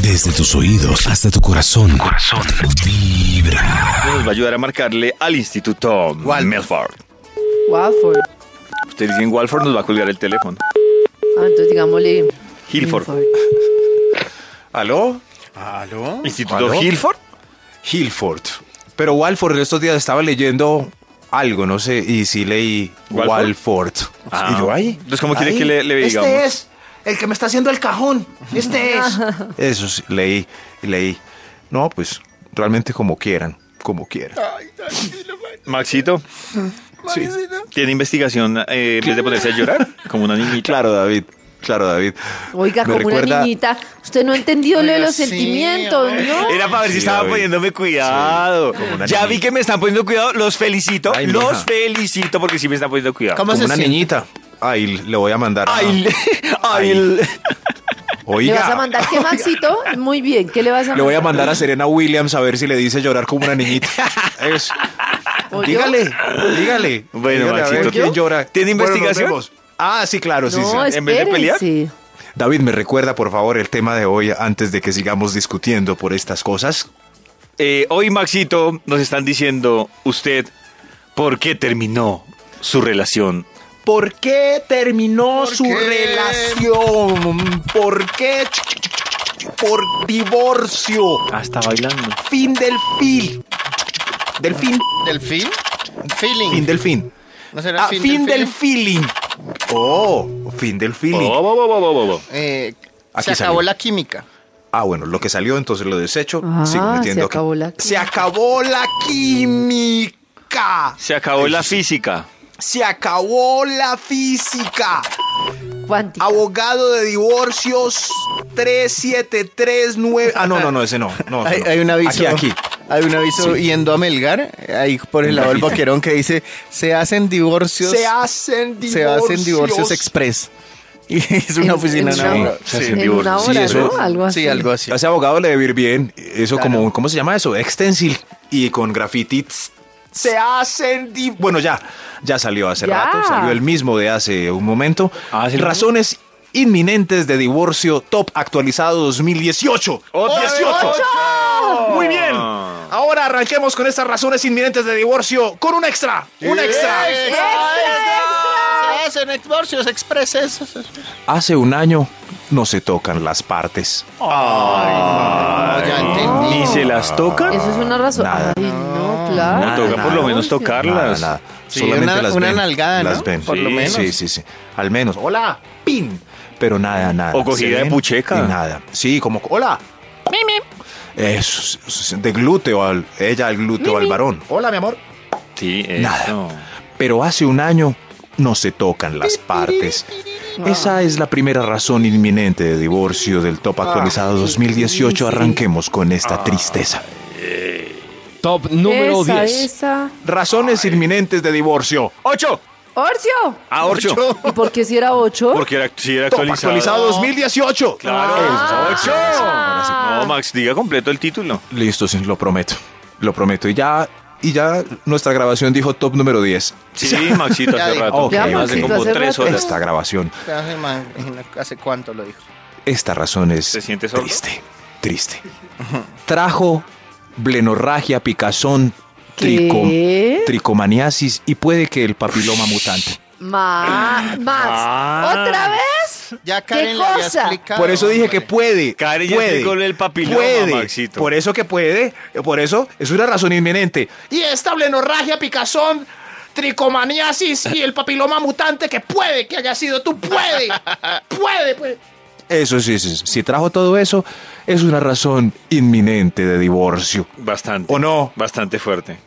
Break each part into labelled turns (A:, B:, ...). A: Desde tus oídos hasta tu corazón. Corazón. Vibra.
B: Nos va a ayudar a marcarle al Instituto
C: Wal-
B: Milford.
D: Walford.
B: Usted dice en Walford, nos va a colgar el teléfono.
D: Ah, entonces digámosle.
B: Hilford.
C: ¿Aló?
E: ¿Aló?
B: ¿Instituto
C: ¿Aló?
B: Hilford?
C: Hilford. Pero Walford, estos días estaba leyendo algo, no sé, y sí leí
B: ¿Walford?
C: Walford.
B: Ah.
C: ¿Y yo ahí?
B: Entonces, ¿cómo quiere
C: ahí.
B: que le, le digamos?
E: Este es el que me está haciendo el cajón. Este es.
C: Eso sí, leí, leí. No, pues realmente como quieran, como quieran.
D: Ah,
B: Maxito,
C: Sí.
B: ¿tiene investigación eh, en vez de ponerse a llorar? Como una niñita.
C: Claro, David. Claro, David.
D: Oiga,
C: Me
D: como
C: recuerda-
D: una niñita. Usted no ha entendido lo de
E: Oiga,
D: los
E: sí,
D: sentimientos,
E: oiga.
D: ¿no?
B: Era para ver si
C: Sí,
B: estaba
C: David.
B: poniéndome cuidado.
C: Sí, como una
B: ya
C: niña.
B: vi que me están poniendo cuidado. Los felicito.
C: Ay,
B: los
C: mija.
B: felicito porque sí me están poniendo cuidado.
E: ¿Cómo
C: Como
E: se
C: una
E: siente?
C: niñita. Ay, le voy a mandar. a-
B: Ay, le- ay, le-
D: ¿Le
C: Oiga.
D: vas a mandar qué, Maxito? Muy bien, ¿qué le vas a mandar?
C: Le voy a mandar a Serena Williams a ver si le dice llorar como una niñita. Eso.
D: ¿O yo?
C: Dígale, dígale.
B: Bueno,
C: dígale, a
B: Maxito,
C: ver
B: ¿tiene-
C: quién llora.
B: tiene
C: Bueno, nos
B: investigación?
C: vemos. ah, sí, claro, sí, sí.
D: No,
B: En vez de pelear.
D: espérese.
C: David, me recuerda, por favor, el tema de hoy antes de que sigamos discutiendo por estas cosas.
B: Eh, hoy, Maxito, nos están diciendo usted por qué terminó su relación.
C: ¿Por qué terminó
E: ¿Por
C: su
E: qué?
C: relación? ¿Por qué? Por divorcio.
B: Ah, está bailando.
C: Fin del fil. Del fin.
E: ¿Delfín? Feeling.
C: Fin del fin.
E: ¿No será
C: Ah,
E: fin,
C: fin
E: del,
C: del
E: feeling?
C: feeling. Oh, fin del feeling.
B: Bo, bo, bo, bo, bo, bo.
E: Eh,
C: Aquí
E: se acabó
C: salió.
E: la química.
C: Ah, bueno, lo que salió entonces lo desecho.
D: Ah,
C: Sigo metiendo
D: se
C: aquí.
D: acabó la
C: Se acabó la química.
B: Se acabó la física.
C: Se acabó la física.
D: Cuántica.
C: Ah, Abogado de divorcios 3739. Ah, no, no, no, ese no. no ese
E: Hay,
C: no.
E: hay un aviso.
C: Aquí, aquí.
E: Hay un aviso yendo a Melgar, ahí por el lado del boquerón, que dice: se hacen divorcios.
C: Se hacen divorcios.
E: se hacen divorcios express. Y es
D: En-
E: una oficina
D: en
E: en
D: una-
E: una-
B: Se hacen
D: en una
B: divorcios.
D: hora,
C: Sí, eso-
D: ¿no? Algo así.
E: Sí, algo así.
C: Ese abogado le debe ir bien. Eso
E: Claro.
C: como, ¿cómo se llama eso? Extensil. Y con graffiti. tss, Se hacen di- Bueno, ya, ya salió hace
D: Ya.
C: rato, salió el mismo de hace un momento.
B: Ah, ¿sí?
C: Razones inminentes de divorcio top actualizado 2018.
B: ¡Oh, 18!
C: Muy bien. Ahora arranquemos con estas razones inminentes de divorcio con un extra. Un extra.
E: Se hacen divorcios expreses.
C: Hace un año no se tocan las partes.
B: Ah,
E: ya entendí.
B: ¿Ni se las toca?
D: Eso es una razón.
C: Nada.
D: Ay, no, claro.
B: No, toca por lo menos tocarlas.
C: Nada, nada.
E: Sí,
C: Solamente
E: una-
C: las
E: una
C: ven.
E: nalgada, ¿no?
C: Las ven.
E: Por
B: lo menos.
C: Sí, sí, sí. Al menos. Hola, pin. Pero nada, nada.
B: O cogida
C: Se
B: de
C: ven
B: pucheca.
C: y Nada. Sí, como hola. Eso, eso, de glúteo al ella al glúteo al varón. Hola, mi amor.
B: Sí,
C: Nada.
B: eso.
C: Pero hace un año no se tocan las partes. Esa es la primera razón inminente de divorcio del top actualizado 2018. Arranquemos con
B: Ah.
C: esta tristeza.
F: Top número
D: esa,
F: 10.
D: esa.
C: Razones inminentes de divorcio.
B: ¡Ocho!
D: ¡Orcio!
B: ¡A Ah, ocho!
D: ¿Y por qué si era ocho?
B: Porque era, sí era
C: Top
B: actualizado.
C: actualizado 2018.
B: Claro.
D: Ah.
B: ¡Ocho! No, Max, diga completo el título.
C: Listo, sí, lo prometo. Lo prometo. Y ya, y ya nuestra grabación dijo top número 10.
B: Sí, Maxito,
E: Ya
B: hace
E: dijo.
B: rato.
C: Ok,
D: Ya,
B: hace
D: Maxito,
B: como
D: hace
B: tres
D: rato.
B: horas.
C: Esta grabación,
E: Hace ma- imagina- ¿Hace cuánto lo dijo?
C: esta razón es
B: ¿Se siente sordo?
C: triste, triste. Trajo blenorragia, picazón, trico,
D: ¿Qué?
C: tricomaniasis y puede que el papiloma mutante.
D: Ma- Max.
B: Ah.
D: ¿Otra vez?
E: Ya
D: ¿Qué
E: Karen le había
D: cosa?
E: explicado.
C: Por eso dije que puede.
B: Karen ya
C: puede,
B: explicó el papiloma,
C: puede.
B: Maxito.
C: Por eso que puede. Por eso es una razón inminente.
G: Y esta blenorragia, picazón, tricomaniasis y el papiloma mutante que puede que haya sido tú, puede, puede, puede.
C: Eso sí, sí, sí. Si trajo todo eso, es una razón inminente de divorcio.
B: Bastante.
C: ¿O no?
B: Bastante fuerte.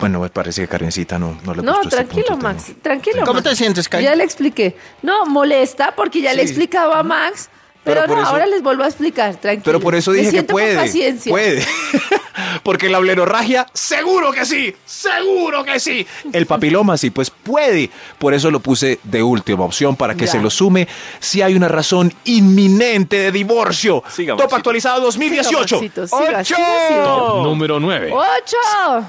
C: Bueno, me parece que Karencita no, no le
D: No,
C: gustó este
D: tranquilo,
C: punto,
D: Max.
C: tengo-
D: Tranquilo.
E: ¿Cómo
D: Max.
E: te sientes, Karen?
D: Ya le expliqué. No, molesta porque ya le he
C: Sí.
D: explicado a Max.
C: Pero
D: Pero,
C: por
D: no,
C: eso-
D: ahora les vuelvo a explicar, tranquilo.
C: Pero por eso
D: Me
C: dije que
D: siento con
C: puede.
D: paciencia.
C: Puede. Porque la blenorragia,
G: Seguro que sí, seguro que sí.
C: el papiloma, sí, pues puede. Por eso lo puse de última opción para que
D: Ya.
C: se lo sume si hay una razón inminente de divorcio.
B: Siga,
C: Top
B: Maxito.
C: actualizado 2018.
D: Maxito, siga,
C: ¡Ocho!
D: siga, siga.
F: Top número 9.
D: ¡Ocho!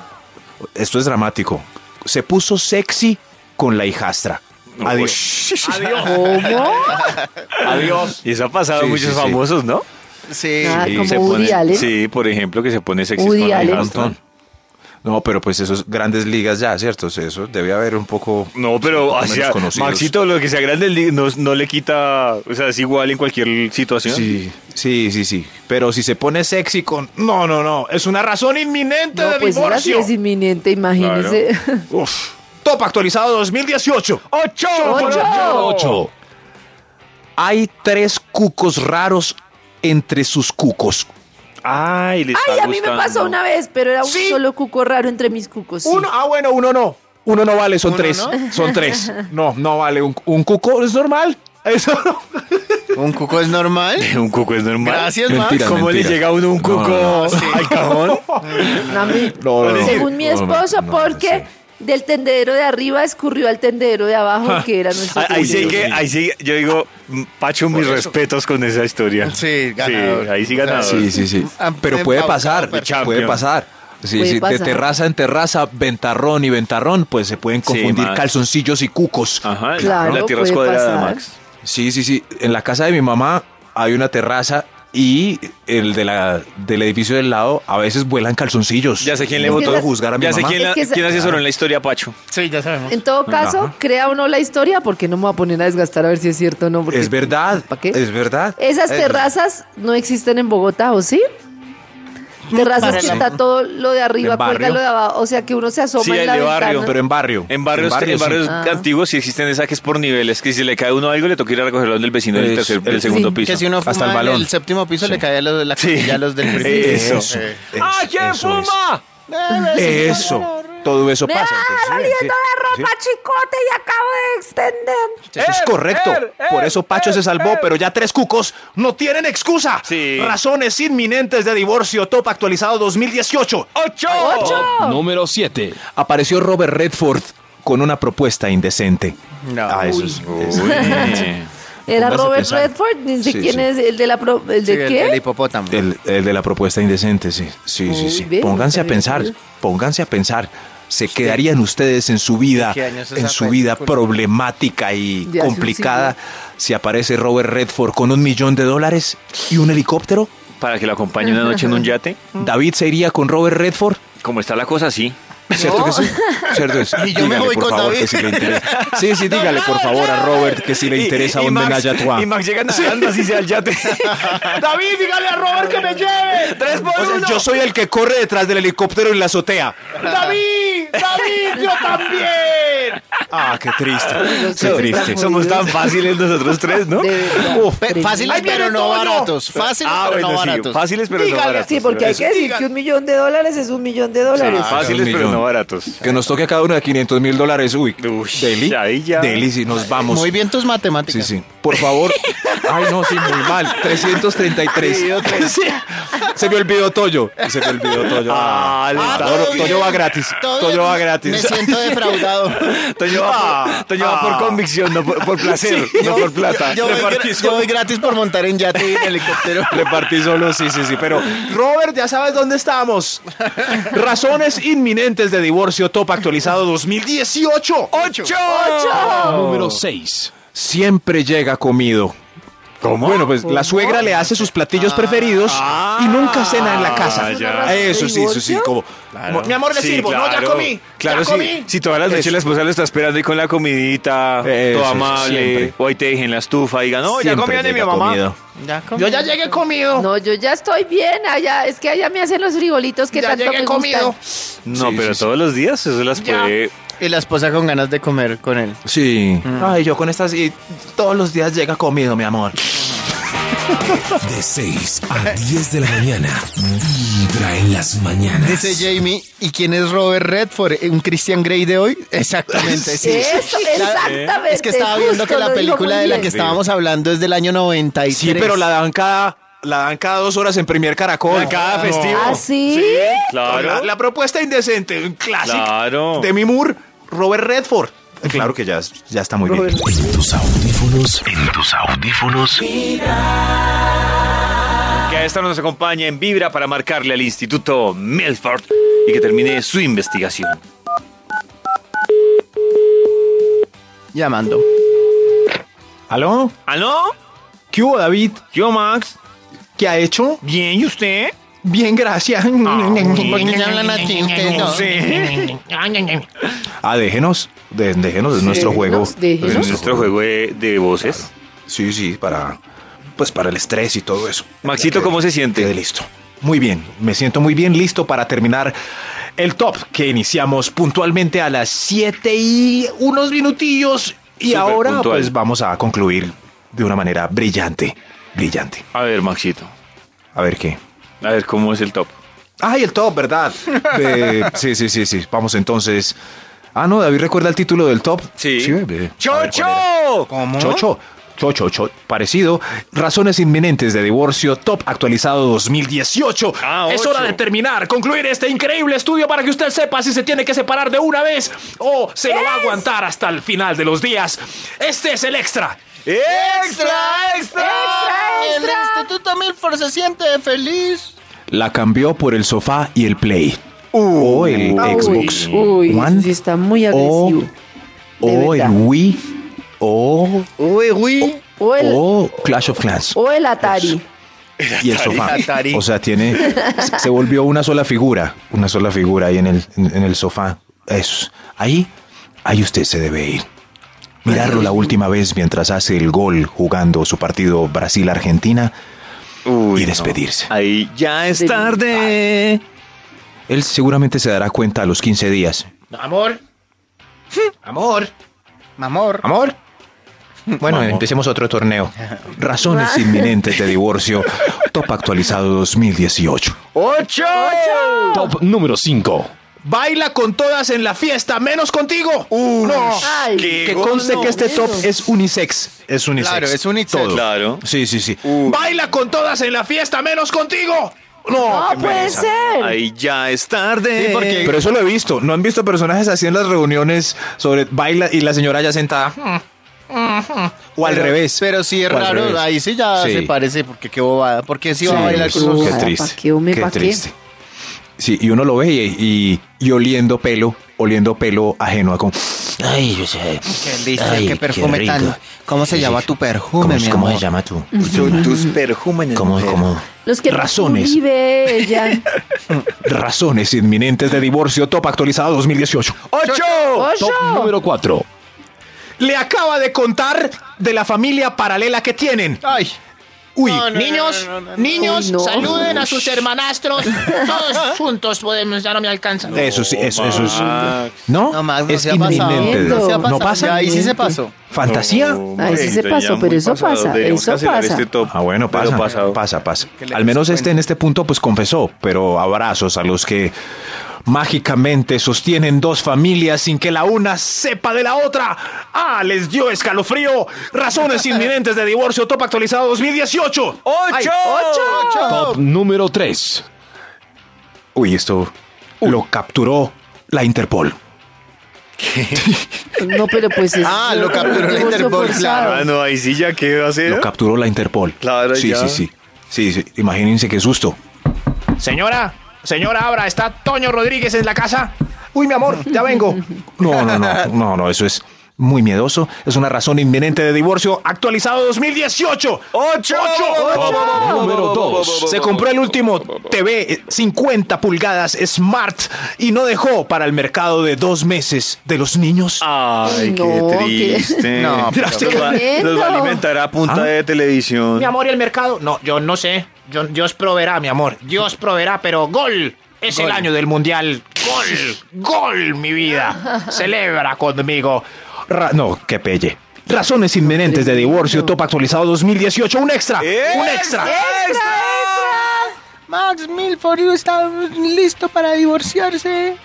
C: Esto es dramático. Se puso sexy con la hijastra. Adiós.
D: ¿Cómo?
C: Adiós.
B: Y eso ha pasado
C: Sí,
B: a muchos
C: sí, sí.
B: famosos, ¿no?
E: Sí.
D: Ah,
B: Sí,
D: como
B: se
D: Woody
B: pone-
D: Allen.
B: Sí, por ejemplo, que se pone sexy
D: Woody
B: con Alejandro.
D: Allen.
C: No, pero pues esos grandes ligas ya, ¿cierto? Eso debe haber un poco.
B: No, pero
C: poco
B: o sea,
C: menos conocidos.
B: Maxito, lo que sea grande li- no, no le quita, o sea, es igual en cualquier situación.
C: Sí, sí, sí, sí. Pero si se pone sexy con. No, no, no. Es una razón inminente
D: No,
C: de
D: pues ahora sí
C: divorcio.
D: es inminente, imagínese.
C: Uf. Top actualizado 2018. ¡Ocho!
D: ¡Ocho!
F: Ocho.
C: Hay tres cucos raros entre sus cucos.
B: Ay, le
D: Ay,
B: está
D: a mí me
B: gustando.
D: pasó una vez, pero era un
C: Sí.
D: solo cuco raro entre mis cucos. sí.
C: Uno, ah, bueno, uno no. Uno no vale, son
E: Uno
C: tres.
E: no.
C: Son tres. No, no vale. Un, un cuco es normal. Eso no.
E: ¿Un cuco es normal?
B: Un cuco es normal.
E: Gracias, Max.
C: Mentira,
B: ¿Cómo
C: mentira.
B: le llega a uno un
C: No,
B: cuco
C: no,
B: al cajón?
D: No, a mí-
C: No, no, no.
D: según mi
C: No,
D: esposo,
C: no, no,
D: porque del tendedero de arriba escurrió al tendedero de abajo, que era nuestro.
B: Ah, Ahí sí
D: tendedero.
B: que, ahí sí, yo digo, mm, Pacho, mis respetos con esa historia.
E: Sí, ganador.
B: Sí, ahí sí
E: O sea,
B: ganador.
C: Sí, sí, sí.
E: Am-
C: Ah, Pero puede
E: empaucado,
C: pasar,
E: pero
C: puede
B: champion.
C: pasar. Sí,
D: Puede
C: sí, de
D: pasar.
C: terraza en terraza, ventarrón y ventarrón, pues se pueden
B: Sí,
C: confundir
B: Max.
C: calzoncillos y cucos.
B: Ajá,
D: Claro,
B: la tierra es
D: puede
B: cuadrada,
D: pasar.
B: Max.
C: Sí, sí, sí. En la casa de mi mamá hay una terraza y el de la, del edificio del lado a veces vuelan calzoncillos.
B: Ya sé quién le
D: Es que
B: votó.
D: esa-
C: juzgar a mi
B: ya sé
C: mamá.
B: quién,
D: Es
B: la-
D: que esa-
B: quién asesoró en la historia, Pacho.
G: Sí, ya sabemos.
D: En todo caso,
C: Ajá.
D: crea uno la historia, porque no me voy a poner a desgastar a ver si es cierto o no. porque-
C: Es verdad.
D: ¿Para qué?
C: Es verdad.
D: Esas
C: Eh,
D: terrazas no existen en Bogotá, ¿o sí? Terrazas que
C: Para la-
D: está todo lo de arriba,
C: En
D: cuelga
C: barrio.
D: lo de abajo. O sea que uno se asoma
B: Sí,
D: en
B: el
D: la
B: de
D: ventana.
B: barrio,
C: Pero en barrio.
B: En barrios, en
C: sí.
B: barrios
D: Ah.
B: antiguos sí existen esas que es por niveles, que si le cae uno algo le toca ir a recogerlo del vecino del,
C: Es-
B: tercer, del
C: el-
B: segundo
D: Sí.
B: piso.
E: Que si uno
C: Hasta
E: fuma
C: el balón.
E: en el séptimo piso
C: Sí.
E: le cae a los de la
B: Sí.
E: ya a los del primer piso.
B: Eso.
C: Eso.
F: ¡Ah, quién
C: eso es.
F: fuma!
C: Eso. Todo eso
D: Me
C: pasa.
D: va
C: entonces, sí,
D: valiendo
C: sí,
D: la
C: sí.
D: ropa, chicote, y acabo de extender.
C: Eso es
F: Er,
C: correcto.
F: er, er,
C: Por eso Pacho
F: er,
C: se salvó,
F: er.
C: pero ya tres cucos no tienen excusa.
B: Sí.
C: Razones inminentes de divorcio, top actualizado 2018.
F: ¡Ocho!
D: ¡Ocho!
F: Número siete.
C: Apareció Robert Redford con una propuesta indecente.
E: No.
C: Ah, eso es-
B: Uy.
C: Póngase
D: Era
C: a
D: Robert
C: pensar.
D: Redford, ni sé
C: Sí,
D: quién
C: sí.
D: es el de la. pro- ¿El de
E: Sí, el-
D: qué?
E: El hipopótamo.
C: El, el de la propuesta indecente, sí. Sí, sí,
D: Muy
C: sí.
D: bien,
C: pónganse a
D: está bien,
C: pensar,
D: está bien.
C: pónganse a pensar. ¿Se quedarían ustedes en su vida,
E: qué año es esa
C: en su vida
E: película?
C: problemática y
D: De hace un
C: complicada, si aparece Robert Redford con un millón de dólares y un helicóptero?
B: Para que lo acompañe una noche en un yate.
C: ¿David se iría con Robert Redford?
B: Como está la cosa, sí.
C: ¿Cierto que sí? ¿Cierto que sí? Dígale,
E: Y yo me voy
C: por
E: con
C: favor,
E: David.
C: que si le interesa. Sí, sí, dígale, por favor, a Robert que si le interesa
B: un
C: un menayatua.
B: Y Max llega nadando así sea el yate.
G: David, dígale a Robert que me lleve.
B: Tres por
C: O sea,
B: uno.
C: yo soy el que corre detrás del helicóptero en la azotea.
G: David, David, yo también.
C: Ah, qué triste, qué
D: Somos-
C: triste.
B: Somos tan fáciles nosotros tres, ¿no?
D: De verdad,
C: Uf,
E: Pe-
D: tremendo.
E: Fáciles,
G: Ahí viene
E: pero no
G: Toño.
E: baratos. Fáciles,
B: Ah,
E: pero no
B: bueno, sí.
E: baratos.
B: Fáciles, pero no
G: Dígale,
B: baratos.
D: Sí, porque hay
B: Eso.
D: que decir
G: Diga.
D: que un millón de dólares es un millón de dólares.
B: Ah, Fáciles,
C: Un
B: pero no
C: millón.
B: baratos.
C: Que nos toque a cada uno de 500 mil dólares. Uy,
B: Uy,
C: Deli.
B: ahí ya.
C: Deli, si nos vamos.
E: Muy bien tus
C: Sí,
E: matemáticas.
C: sí. Por favor. Ay, no, sí, muy mal. 333. Sí. Se me olvidó Toyo. Se me olvidó Toyo.
B: Ah, le está-
C: Toyo,
E: todo bien.
C: Toyo va gratis.
E: Todo
C: Toyo
E: bien.
C: va
E: Me
C: gratis.
E: siento defraudado.
B: Toño va por- Toño va por convicción, no por, por placer, no por plata.
E: Yo, voy, gra- yo voy gratis por montar en yate y en helicóptero.
C: Repartí solo, sí, sí, sí. Pero, Robert, ya sabes dónde estamos. Razones inminentes de divorcio, top actualizado 2018. ¡Ocho!
F: Número seis.
C: Siempre llega comido.
B: ¿Cómo?
C: Bueno, pues la suegra le hace sus platillos preferidos y nunca cena en la casa.
B: Ah, ya.
C: Eso sí, eso sí, como
G: Mi amor, le
B: Sí,
G: sirvo. No, ya
B: claro.
G: comí.
B: Claro,
G: ya
B: sí.
G: comí.
B: Si todas las noches
C: Eso.
B: la esposa lo está esperando y con la comidita,
C: Eso,
B: todo amable,
C: siempre.
B: o ahí te dije en la estufa, diga, no, ya
C: siempre
B: comí de mi
C: llega
B: mamá.
C: comido.
E: Ya comí.
G: Yo ya llegué comido.
D: No, yo ya estoy bien allá. Es que allá me hacen los frijolitos que
G: ya
D: tanto
G: llegué
D: me
G: comido.
D: gustan.
B: No,
C: Sí,
B: pero
C: sí, sí.
B: todos los días eso las
G: Ya.
B: puede.
E: Y la esposa con ganas de comer con él.
C: Sí. Ay, yo con estas y todos los días llega comido, mi amor.
A: De 6 a 10 de la mañana. Vibra en las mañanas.
E: Dice Jamie, ¿y quién es Robert Redford? Eh, ¿Un Christian Grey de hoy? Exactamente, sí.
D: Eso, exactamente.
E: Es que estaba viendo que
D: justo,
E: la
D: lo dijo
E: película
D: muy
E: de la que
D: bien.
E: estábamos hablando es del año 93.
C: Sí, pero la dan cada la dan cada dos horas en Premier Caracol.
B: cada festivo.
D: ¿Ah, sí?
B: Claro.
C: La, la propuesta indecente, un clásico.
B: Claro.
C: Demi Moore, Robert Redford. Claro que ya, ya está muy bien.
A: En tus audífonos. En tus audífonos.
B: Que a esta nos acompaña en Vibra para marcarle al Instituto Milford y que termine su investigación.
E: Llamando.
C: ¿Aló?
B: ¿Aló?
C: ¿Qué hubo, David?
B: ¿Yo, Max?
C: ¿Qué ha hecho?
B: Bien, ¿y usted?
C: Bien, gracias.
E: ¿Por qué hablan así ustedes
B: No
E: dos?
B: sé.
C: Ah, déjenos, de- déjenos de nuestro juego.
D: Déjenos, déjenos.
G: Pues
C: De
B: Nuestro juego de, de voces.
C: Sí, sí, para pues para el estrés y todo eso.
B: Maxito,
C: Ya
B: ¿cómo
C: quedé-
B: se siente?
C: quedé listo. Muy bien, me siento muy bien listo para terminar el top que iniciamos puntualmente a las 7 y unos minutillos y
B: Súper
C: ahora
B: puntual.
C: pues vamos a concluir de una manera brillante, brillante.
B: A ver, Maxito.
C: A ver qué.
B: A ver, ¿cómo es el top?
C: Ay, el top, ¿verdad? Eh, sí, sí, sí, sí. Vamos entonces. Ah, no, David recuerda el título del top.
B: Sí.
C: bebé.
B: ¡Chocho!
E: ¿Cómo?
C: Chocho. Chocho, cho, parecido. Razones inminentes de divorcio, top actualizado 2018.
B: Ah,
F: es
B: ocho.
F: hora de terminar, concluir este increíble estudio para que usted sepa si se tiene que separar de una vez o se lo va a aguantar hasta el final de los días. Este es el extra.
E: ¡Extra, extra! El Instituto Milford se siente feliz.
C: La cambió por el sofá y el Play. o el
D: Uy,
C: Xbox
D: Ah, uy, eso
C: One.
D: sí está muy agresivo. de
C: o el
D: verdad.
C: Wii. O,
E: Uy, uy.
D: O el,
C: o Clash of Clans.
D: o el Atari.
C: y el sofá.
E: Atari.
C: O sea, tiene. se- Se volvió una sola figura. Una sola figura ahí en el, en, en el sofá. Eso. Ahí, ahí usted se debe ir. Mirarlo la última vez mientras hace el gol jugando su partido Brasil-Argentina.
B: Uy,
C: Y
B: no.
C: despedirse.
B: Ahí ya es tarde.
C: Él seguramente se dará cuenta a los 15 días.
G: Amor. Amor.
E: Mamor.
C: Amor. Bueno, empecemos otro torneo. Razones inminentes de divorcio. Top actualizado 2018.
E: ¡Ocho!
F: Top número 5.
G: Baila con todas en la fiesta, menos contigo.
E: Uh, No.
D: Ay,
B: qué
C: Que conste
D: no,
C: que este top
D: menos.
C: es unisex. Es unisex.
E: Claro, es unisex. Uh.
C: Todo.
B: Claro.
C: Sí, sí, sí.
G: Baila con todas en la fiesta, menos contigo.
D: no puede ser.
B: Ahí ya es tarde.
E: Sí, porque-
G: Eh.
C: Pero eso lo he visto. ¿No han visto personajes así en las reuniones sobre baila y la señora ya sentada? Mm, O al
E: Pero-
C: revés.
E: Pero sí es
C: O al
E: raro,
C: revés.
E: ahí sí ya
C: Sí.
E: se parece, porque qué bobada. Porque sí va a bailar
C: sí,
E: con
D: unos-
C: Qué
D: Ah,
C: triste.
D: ¿pa' qué, hombre,
C: qué
D: pa' qué?
C: triste. Sí, y uno lo ve y, y- y oliendo pelo, oliendo pelo ajeno. a Como, ay, yo sé.
E: Qué lindo,
C: Ay,
E: qué perfume
C: rico.
E: tan. ¿Cómo se
C: Sí,
E: llama
C: sí.
E: tu perfume,
C: ¿Cómo,
E: mi
C: cómo se
E: amor?
C: llama tú?
B: tus perjúmenes.
C: ¿Cómo, cómo?
D: Los que
C: Razones.
D: Vive bella.
C: Razones inminentes de divorcio, top actualizado 2018.
G: ¡Ocho!
D: ¡Ocho!
F: Top número 4.
C: Le acaba de contar de la familia paralela que tienen.
E: Ay,
C: Uy,
G: Niños, niños,
D: Uy, no.
G: saluden a sus hermanastros. Todos juntos podemos, ya no me alcanza.
C: Eso sí, eso, eso es. No,
E: no más, no
C: es
E: se ha
C: inminente.
E: pasado. No se ha
D: No
E: pasado.
C: pasa.
E: Ya, ahí sí se pasó.
C: ¿Fantasía?
D: Ay, sí se pasó, pero eso pasa, eso pasa.
C: Ah, bueno,
B: este Pero
C: pasa,
B: pasado.
C: pasa, pasa.
E: Que le
C: Al menos
E: des
C: este en este punto pues confesó, pero abrazos a los que mágicamente sostienen dos familias sin que la una sepa de la otra. Ah, les dio escalofrío. Razones inminentes de divorcio, top actualizado 2018.
B: ¡Ocho!
F: Top número 3.
C: Uy, esto lo capturó la Interpol.
D: No, pero pues es.
E: Ah, lo capturó la
D: divorcio
E: Interpol,
D: forzado.
B: Ah, no, ahí sí ya qué va a hacer.
C: Lo capturó la Interpol.
B: Claro,
C: sí,
B: ya.
C: sí, sí, sí. Sí, imagínense qué susto.
G: Señora, señora Abra, ¿está Toño Rodríguez en la casa?
C: Uy, mi amor, ya vengo. No, no, no, no, no, eso es muy miedoso. Es una razón inminente de divorcio actualizado 2018.
B: ¡Ocho!
F: Número 2.
C: Se compró el último TV eh, 50 pulgadas Smart y no dejó para el mercado de dos meses de los niños.
B: Ay,
D: No,
B: qué
D: qué-
B: triste.
E: No, pero-
B: los, va,
D: Tremendo.
B: los va a alimentar a punta
C: Ah.
B: de televisión.
G: Mi amor, ¿y el mercado? No, yo no sé. Yo- Dios proveerá, mi amor. Dios proveerá, pero gol. Es el año del mundial. Gol. Gol, mi vida. Celebra conmigo.
C: Ra- no, qué pelle. Razones inminentes de divorcio, top actualizado 2018, un extra, un extra.
E: Max Milford está listo para divorciarse.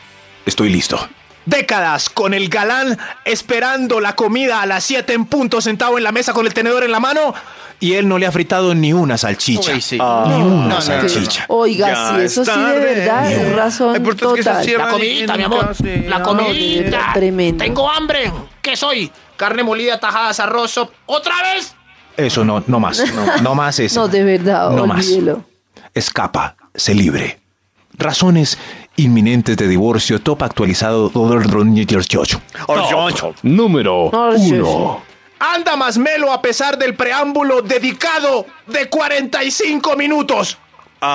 C: Estoy listo.
G: Décadas con el galán esperando la comida a las 7 en punto, sentado en la mesa con el tenedor en la mano.
C: Y él no le ha fritado ni una salchicha.
E: Uy, sí.
C: Ni una
E: no, no,
C: salchicha.
D: Oiga,
B: Ya
D: sí, eso
B: es
D: sí de
B: tarde.
D: verdad, es razón
B: Ay, por eso es que se
D: total.
B: cierra-
G: La comidita, mi amor. La
D: No,
G: comidita.
D: no, tremendo.
G: Tengo hambre. ¿Qué soy? Carne molida, tajadas, arroz. sop- ¿Otra vez?
C: Eso no, no más. No, no más eso.
D: No, de verdad,
C: No más.
D: olvídelo.
C: Escapa, se libre. Razones inminentes de divorcio, top actualizado 2018.
B: Ocho.
C: Oh,
F: Número
D: No, sí,
F: 1.
G: Anda más melo a pesar del preámbulo dedicado de 45 minutos.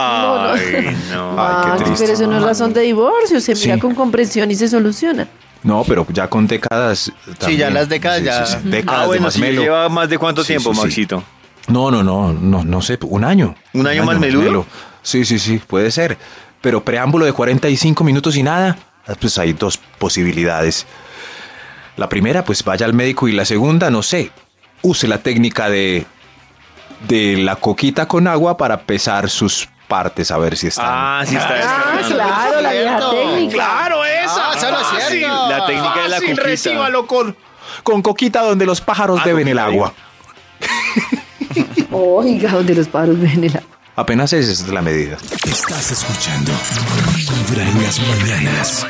B: Ay, no.
C: qué
D: Max,
C: triste.
D: Ah, pero eso no es razón de divorcio. Se mira
C: Sí.
D: con comprensión y se soluciona.
C: No, pero ya con décadas. también.
E: ya las décadas ya.
C: Décadas
B: Ah,
C: de
B: bueno,
C: más
B: sí,
C: melo.
B: lleva más de cuánto
C: Sí,
B: tiempo,
C: sí, sí.
B: Maxito.
C: No, no, no, no, no sé, un año.
B: ¿Un año más meludo?
C: Sí, sí, sí, puede ser. Pero preámbulo de 45 minutos y nada, ah, pues hay dos posibilidades. La primera, pues vaya al médico y la segunda, no sé, use la técnica de, de la coquita con agua para pesar sus partes a ver si están.
B: Ah, sí está.
D: Ah,
B: está-
D: claro, la vieja
E: cierto.
D: técnica.
G: Claro, esa.
E: Ah, eso no es
G: Fácil.
E: cierto.
B: La técnica
C: Ah,
B: de la
G: Fácil,
B: coquita.
G: recíbalo con
C: Con coquita donde los pájaros
B: Ah,
C: beben el
B: coquita,
C: agua.
D: Oiga, donde los paros ven el agua.
C: Apenas esa es la medida.
A: Estás escuchando Vibra en las mañanas.